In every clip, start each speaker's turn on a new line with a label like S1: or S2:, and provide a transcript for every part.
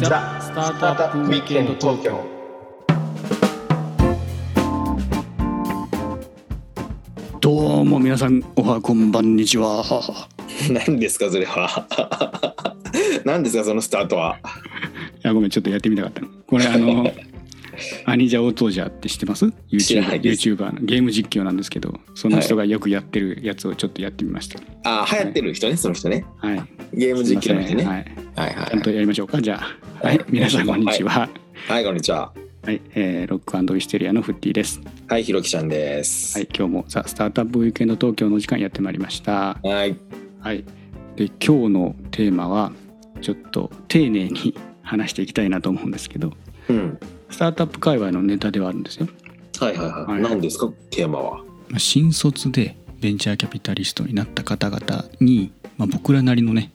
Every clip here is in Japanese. S1: タートアップウィークエンド東京
S2: どうも皆さんおはこんばんにちは
S3: 何ですかそれは 何ですかそのスタートはい
S2: やごめんちょっとやってみたかったのこれあ のアニジャオトジャって知ってます
S3: 知らない
S2: YouTuber,
S3: です
S2: YouTuber のゲーム実況なんですけどその人がよくやってるやつをちょっとやってみました
S3: あ流行ってる人ねその人ね
S2: はい、
S3: ゲーム
S2: すい
S3: 実
S2: ません
S3: 況の人ね
S2: は、
S3: はいいは
S2: ちゃん
S3: い
S2: とやりましょうかじゃあはい皆さんこんにちは
S3: はいこんにちは
S2: はい、えーロックミステリアのフッティです
S3: はいひろきちゃんです
S2: はい今日もザ・スタートアップウィークエンド東京の時間やってまいりました
S3: はい
S2: はい、で今日のテーマはちょっと丁寧に話していきたいなと思うんですけど
S3: うん
S2: スタートアップ界隈のネタではあるんですよ。
S3: はいはいはい、
S2: はい
S3: 何ですかテーマは
S2: まあ新卒でベンチャーキャピタリストになった方々に、まあ、僕らなりのね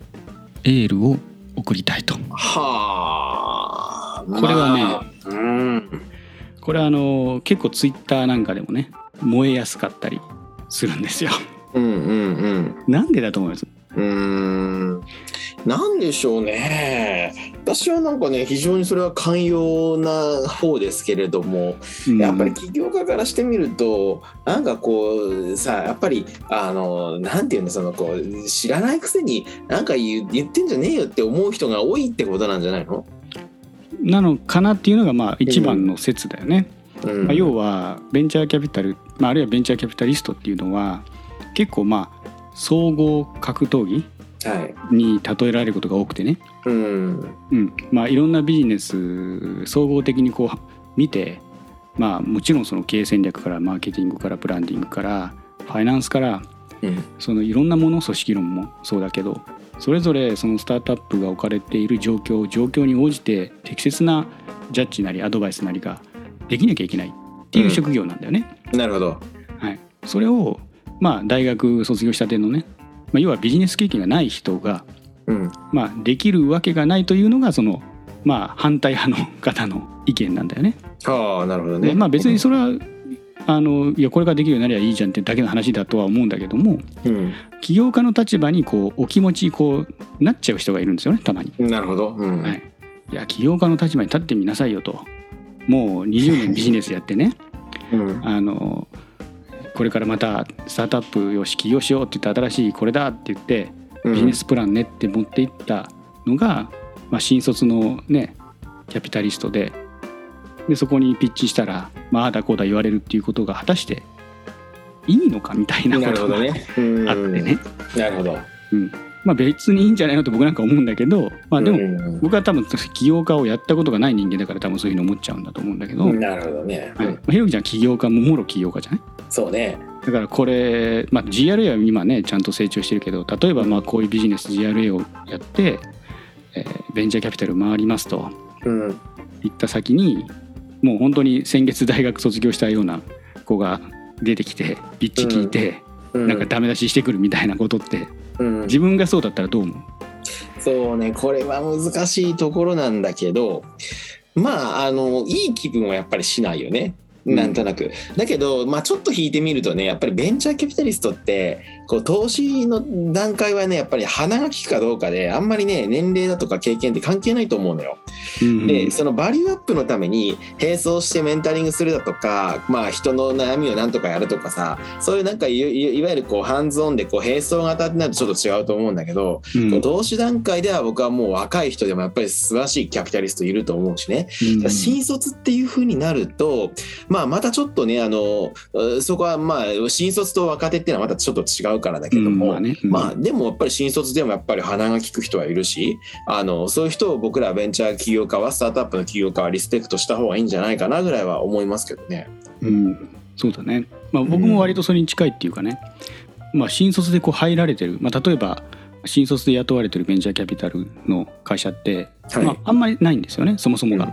S2: エールを送りたいと
S3: はあ
S2: これはね
S3: まあうん
S2: これはあの結構ツイッターなんかでもね燃えやすかったりするんですよ。
S3: うんうんうん
S2: なんでだと思います
S3: うーんなんでしょうね私はなんかね非常にそれは寛容な方ですけれどもやっぱり起業家からしてみるとなんかこうさやっぱりあのなんていうのそのこう知らないくせになんか言う言ってんじゃねえよって思う人が多いってことなんじゃないの、
S2: うんなのかなっていうのがまあ一番の説だよね。
S3: うん
S2: まあ、要はベンチャーキャピタル、まあ、あるいはベンチャーキャピタリストっていうのは結構まあ総合格闘技
S3: はい
S2: に例えられることが多くてね、
S3: うん
S2: うんまあ、いろんなビジネス総合的にこう見て、まあ、もちろんその経営戦略からマーケティングからブランディングからファイナンスから
S3: うん
S2: そのいろんなもの組織論もそうだけどそれぞれそのスタートアップが置かれている状況状況に応じて適切なジャッジなりアドバイスなりができなきゃいけないっていう職業なんだよね。
S3: なるほど
S2: はい、それを、まあ、大学卒業したてのね、まあ、要はビジネス経験がない人が、
S3: うん
S2: まあ、できるわけがないというのがその、まあ、反対派の方の意見なんだよね。
S3: ああなるほど
S2: で
S3: ね
S2: まあ、別にそれはあのいやこれができるようになりゃいいじゃんってだけの話だとは思うんだけども
S3: うん
S2: 起業家の立場にこうお気持ちこうなっちゃう人がいるんですよねたまに。
S3: なるほどうん、
S2: はい、いや起業家の立場に立ってみなさいよともう20年ビジネスやってね
S3: うん
S2: あのこれからまたスタートアップよし起業しようって言って新しいこれだって言って
S3: うん
S2: ビジネスプランねって持っていったのが、まあ、新卒のねキャピタリストででそこにピッチしたら、まあああだこうだ言われるっていうことが果たしていいのかみたいな
S3: な
S2: こ
S3: る
S2: と
S3: ほ
S2: が
S3: ど
S2: あ
S3: ねうん
S2: ってね、
S3: なるほど
S2: うんまあ、別にいいんじゃないのと僕なんか思うんだけど、まあ、でも
S3: も、
S2: 僕は多分起業家をやったことがない人間だから多分そういうふうに思っちゃうんだと思うんだけど、
S3: う
S2: は
S3: ん、なるほどね、
S2: いま
S3: うん
S2: あひろきちゃん起業家ももろ起業家じゃない
S3: そうね
S2: だからこれ、まあ、GRA は今ねちゃんと成長してるけど例えばまあこういうビジネス GRA をやって、えーベンチャーキャピタル回りますと
S3: うん
S2: いった先にもう本当に先月大学卒業したような子が出てきてピッチ聞いて、
S3: うん
S2: なんかダメ出ししてくるみたいなことって
S3: うん
S2: 自分がそうだったらどう思う、
S3: そうねこれは難しいところなんだけどまああのいい気分はやっぱりしないよね
S2: うん
S3: なんとなく、だけど、まあ、ちょっと引いてみるとねやっぱりベンチャーキャピタリストってこう投資の段階はねやっぱり鼻が利くかどうかであんまりね年齢だとか経験って関係ないと思うのよ。
S2: うん
S3: でそのバリューアップのために並走してメンタリングするだとか、まあ、人の悩みをなんとかやるとかさそういうなんかいいいわゆるこうハンズオンでこう並走型ってなるとちょっと違うと思うんだけど、
S2: うん
S3: こう同志段階では僕はもう若い人でもやっぱり素晴らしいキャピタリストいると思うしね
S2: うん
S3: 新卒っていう風になると、まあ、またちょっとねあのうんそこはまあ新卒と若手っていうのはまたちょっと違うからだけど
S2: うん
S3: も、
S2: まあねうん
S3: まあでもやっぱり新卒でもやっぱり鼻が利く人はいるしあのそういう人を僕らベンチャー企業家はスタートアップの企業家はリスペクトした方がいいんじゃないかなぐらいは思いますけどね。
S2: うん、そうだね、まあ、僕も割とそれに近いっていうかね、まあ、新卒でこう入られてる、まあ、例えば新卒で雇われてるベンチャーキャピタルの会社って、
S3: はい
S2: まあ、あんまりないんですよねそもそもが。
S3: うん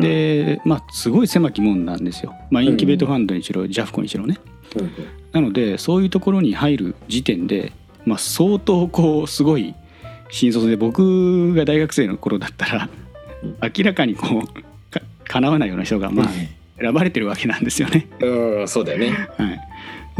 S2: で、まあ、すごい狭き門なんですよ、まあ、インキュベートファンドにしろ、ジャフコにしろね。
S3: うん
S2: なのでそういうところに入る時点で、まあ、相当こうすごい新卒で僕が大学生の頃だったら
S3: うん
S2: 明らかにこうか叶わないような人がまあ選ばれてるわけなんですよね。
S3: うん、そうだよね。
S2: はい、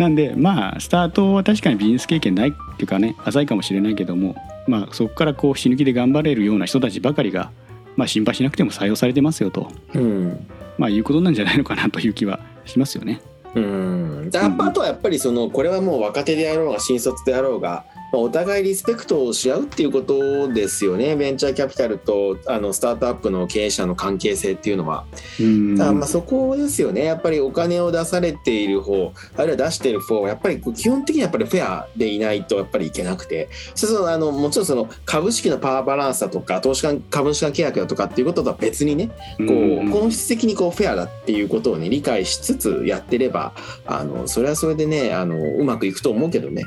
S2: なんでまあスタートは確かにビジネス経験ないっていうかね浅いかもしれないけども、まあ、そこからこう死ぬ気で頑張れるような人たちばかりがまあ、心配しなくても採用されてますよと、
S3: うん
S2: まあ、いうことなんじゃないのかなという気はしますよね。
S3: うん、でやっぱあとはやっぱりそのこれはもう若手であろうが新卒であろうがまあお互いリスペクトをし合うっていうことですよねベンチャーキャピタルとあのスタートアップの経営者の関係性っていうのは。
S2: うん
S3: あまあそこですよね、やっぱりお金を出されている方、あるいは出している方は、やっぱり基本的にはやっぱりフェアでいないとやっぱりいけなくて、そしてそのあのもちろんその株式のパワーバランスだとか、投資間株主間契約だとかっていうこととは別にね、こう本質的にこうフェアだっていうことをね、理解しつつやってれば、あのそれはそれでねあの、うまくいくと思うけどね。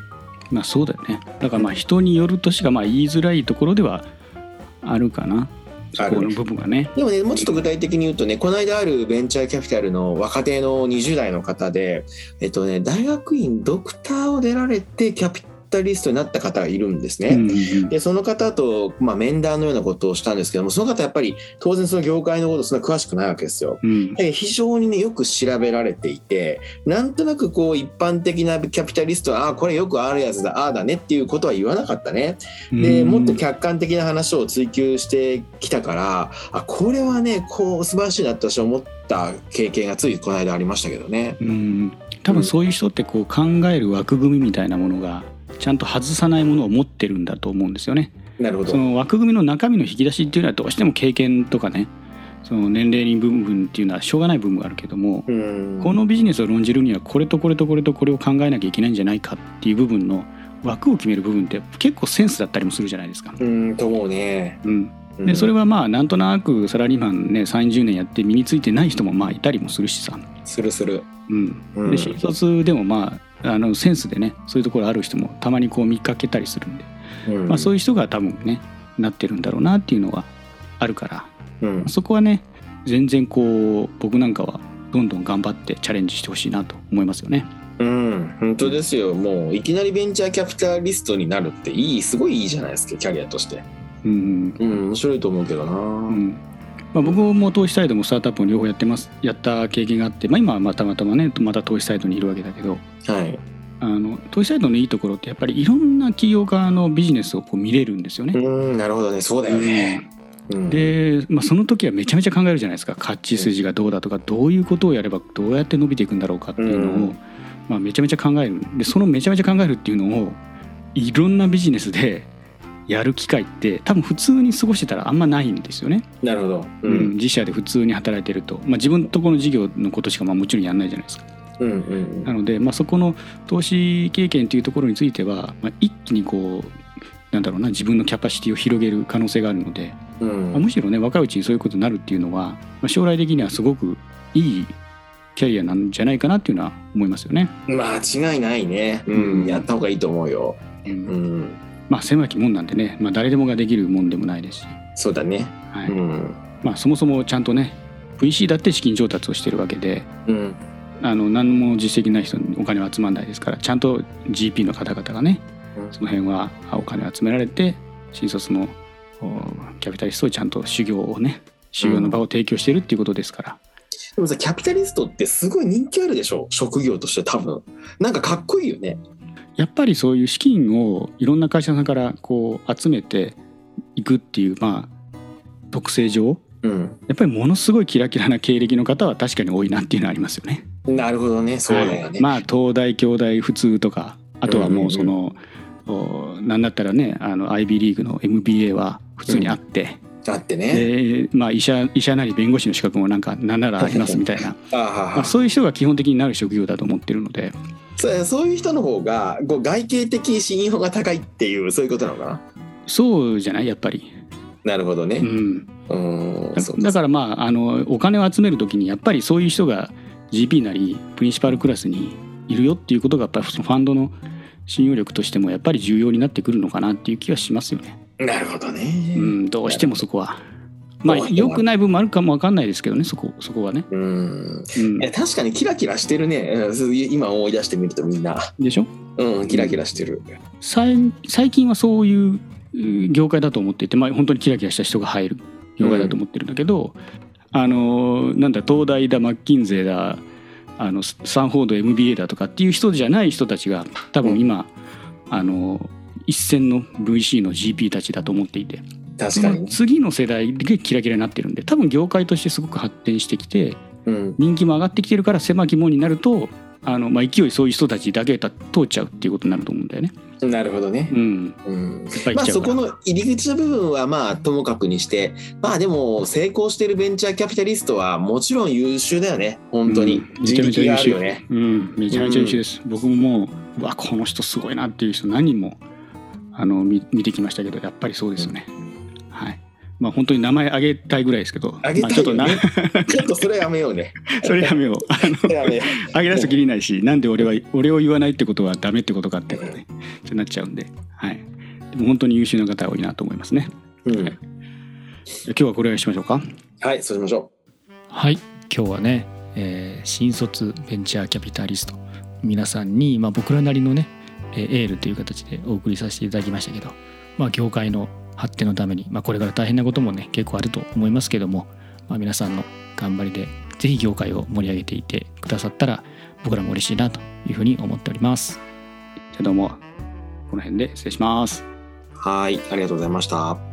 S2: まあそうだよねだからまあ人によるとしかまあ言いづらいところではあるかなそ
S3: ある
S2: この部分がね。
S3: でもね、もうちょっと具体的に言うとね、この間あるベンチャーキャピタルの若手の20代の方で、えっとね、大学院ドクターを出られてキャピタリストになった方がいるんですね。
S2: うんうん
S3: でその方と、まあ、面談のようなことをしたんですけどもその方やっぱり当然その業界のことそんな詳しくないわけですよ。
S2: うん
S3: えー非常にねよく調べられていてなんとなくこう一般的なキャピタリストはああこれよくあるやつだああだねっていうことは言わなかったねで
S2: うん
S3: もっと客観的な話を追求してきたからあこれはねこう素晴らしいなって私は思った経験がついこの間ありましたけどね。
S2: うん多分そういう人ってこう考える枠組みみたいなものがちゃんと外さないものを持ってるんだと思うんですよね。
S3: なるほ
S2: そ
S3: ど。
S2: の枠組みの中身の引き出しっていうのはどうしても経験とかねその年齢に部分っていうのはしょうがない部分があるけども、
S3: うん
S2: このビジネスを論じるにはこれとこれとこれとこれを考えなきゃいけないんじゃないかっていう部分の枠を決める部分って結構センスだったりもするじゃないですか。
S3: うんと思うね。
S2: うん、
S3: うん
S2: でそれはまあなんとなくサラリーマンね30年やって身についてない人もまあいたりもするしさ、
S3: するする。
S2: うん、
S3: うん
S2: で新卒でもまああのセンスでねそういうところある人もたまにこう見かけたりするんで、
S3: うん
S2: まあ、そういう人が多分ねなってるんだろうなっていうのはあるから
S3: うん
S2: そこはね全然こう僕なんかはどんどん頑張ってチャレンジしてほしいなと思いますよね。
S3: うん、本当ですよ。もういきなりベンチャーキャピタリストになるっていい、すごいいいじゃないですか、キャリアとして。
S2: うん
S3: うん、面白いと思うけどな。う
S2: うんまあ、僕も投資サイドもスタートアップも両方やってますやった経験があって、まあ、今はまあたまたまねまた投資サイドにいるわけだけど
S3: はい。
S2: あの投資サイドのいいところってやっぱりいろんな企業側のビジネスをこう見れるんですよね。
S3: うん、なるほどね、そうだよね。うん、
S2: で、まあ、その時はめちゃめちゃ考えるじゃないですか勝ち筋がどうだとかどういうことをやればどうやって伸びていくんだろうかっていうのを、
S3: うん
S2: まあ、めちゃめちゃ考えるでそのめちゃめちゃ考えるっていうのをいろんなビジネスでやる機会って多分普通に過ごしてたらあんまないんですよね。
S3: なるほど。う
S2: うん、
S3: ん、
S2: 自社で普通に働いてると、まあ、自分のとこの事業のことしかまあもちろんやんないじゃないですか
S3: うん、うん
S2: なので、まあ、そこの投資経験というところについては、まあ、一気にこうなんだろうな自分のキャパシティを広げる可能性があるので、
S3: う
S2: まあ
S3: ん、
S2: むしろね若いうちにそういうことになるっていうのは、まあ、将来的にはすごくいいキャリアなんじゃないかなっていうのは思いますよね。
S3: うん。まあ、違いないね。う
S2: うん
S3: ん、やった方がいいと思うよ。うん、
S2: まあ狭き門なんでね、まあ、誰でもができるもんでもないですし、
S3: そうだね。
S2: はい
S3: うん、
S2: まあ、そもそもちゃんとね VC だって資金調達をしてるわけで。
S3: うん、
S2: あの何も実績ない人にお金は集まんないですからちゃんと GP の方々がね
S3: うん
S2: その辺はあお金を集められて新卒のおキャピタリストをちゃんと修行をね修行の場を提供してるっていうことですから、
S3: でもさキャピタリストってすごい人気あるでしょ職業として多分なんかかっこいいよね
S2: やっぱりそういう資金をいろんな会社さんからこう集めていくっていうまあ特性上
S3: うん
S2: やっぱりものすごいキラキラな経歴の方は確かに多いなっていうのはありますよね。
S3: なるほどねそうだよ
S2: は
S3: ね、
S2: いまあ東大京大普通とかあとはもうその、おなんだったらねあの IB リーグの MBA は普通にあって、
S3: だってね
S2: でまあ、医者医者なり弁護士の資格もなんかなんならありますみたいな、
S3: あーはーは
S2: まあ、
S3: ー
S2: そういう人が基本的になる職業だと思ってるので
S3: そうそういう人の方がこう外形的信用が高いっていうそういうことなのかな
S2: そうじゃないやっぱり、
S3: なるほど
S2: う
S3: ね
S2: ん、
S3: うん
S2: だ
S3: そうで
S2: だ
S3: す
S2: からまああのお金を集める時にやっぱりそういう人が GP なりプリンシパルクラスにいるよっていうことがやっぱりそのファンドの信用力としてもやっぱり重要になってくるのかなっていう気はしますよね。
S3: なるほどね
S2: うん、どうしてもそこは。まあ
S3: どうしても
S2: 良くない部分もあるかもわかんないですけどねそこそこはね、
S3: うん
S2: うん
S3: いや確かにキラキラしてるねうんそう今思い出してみるとみんな
S2: でしょ
S3: うんキラキラしてる
S2: 最最近はそういううん業界だと思っていて、まあ、本当にキラキラした人が入る業界だと思ってるんだけど、あのなんだ東大だマッキンゼーだあのスタンフォード MBA だとかっていう人じゃない人たちが多分今、あの一線の VC の GP たちだと思っていて
S3: 確かにね
S2: 次の世代でキラキラになってるんで多分業界としてすごく発展してきて
S3: うん
S2: 人気も上がってきてるから狭き門になるとあの、まあ、勢いそういう人たちだけが通っちゃうっていうことになると思うんだよね。
S3: なるほどね
S2: う、ん、
S3: うん
S2: いっぱい
S3: ま
S2: 来ち
S3: あ、
S2: ゃう
S3: そ
S2: から
S3: この入り口の部分はまあともかくにしてまあでも成功してるベンチャーキャピタリストはもちろん優秀だよね本当に
S2: めちゃめちゃ優秀
S3: 人力がある よね
S2: うん、めちゃめちゃ優秀です。僕ももううわこの人すごいなっていう人何人もあの見見てきましたけどやっぱりそうですよね。はい。まあ本当に名前あげたいぐらいですけど、
S3: あげ
S2: ま
S3: た
S2: あちょっ
S3: い
S2: と
S3: よね
S2: な
S3: ちょっとそれはやめようね
S2: それやめよう。あ
S3: それはやめよ
S2: のあげ出すときりないし、なんで俺は俺を言わないってことはダメってことかっていうのね、そうなっちゃうんで、はい。でも本当に優秀な方多いなと思いますね。
S3: う、うん、
S2: じゃあ今日はこれをしましょうか。
S3: はいそうしましょ
S4: はい今日はね、えー新卒ベンチャーキャピタリスト皆さんに、まあ、僕らなりのね、えーエールという形でお送りさせていただきましたけど、まあ、業界の発展のために、まあ、これから大変なこともね結構あると思いますけども、まあ、皆さんの頑張りでぜひ業界を盛り上げていってくださったら僕らも嬉しいなというふうに思っております。
S2: じゃあどうもこの辺で失礼します。
S3: うはいありがとうございました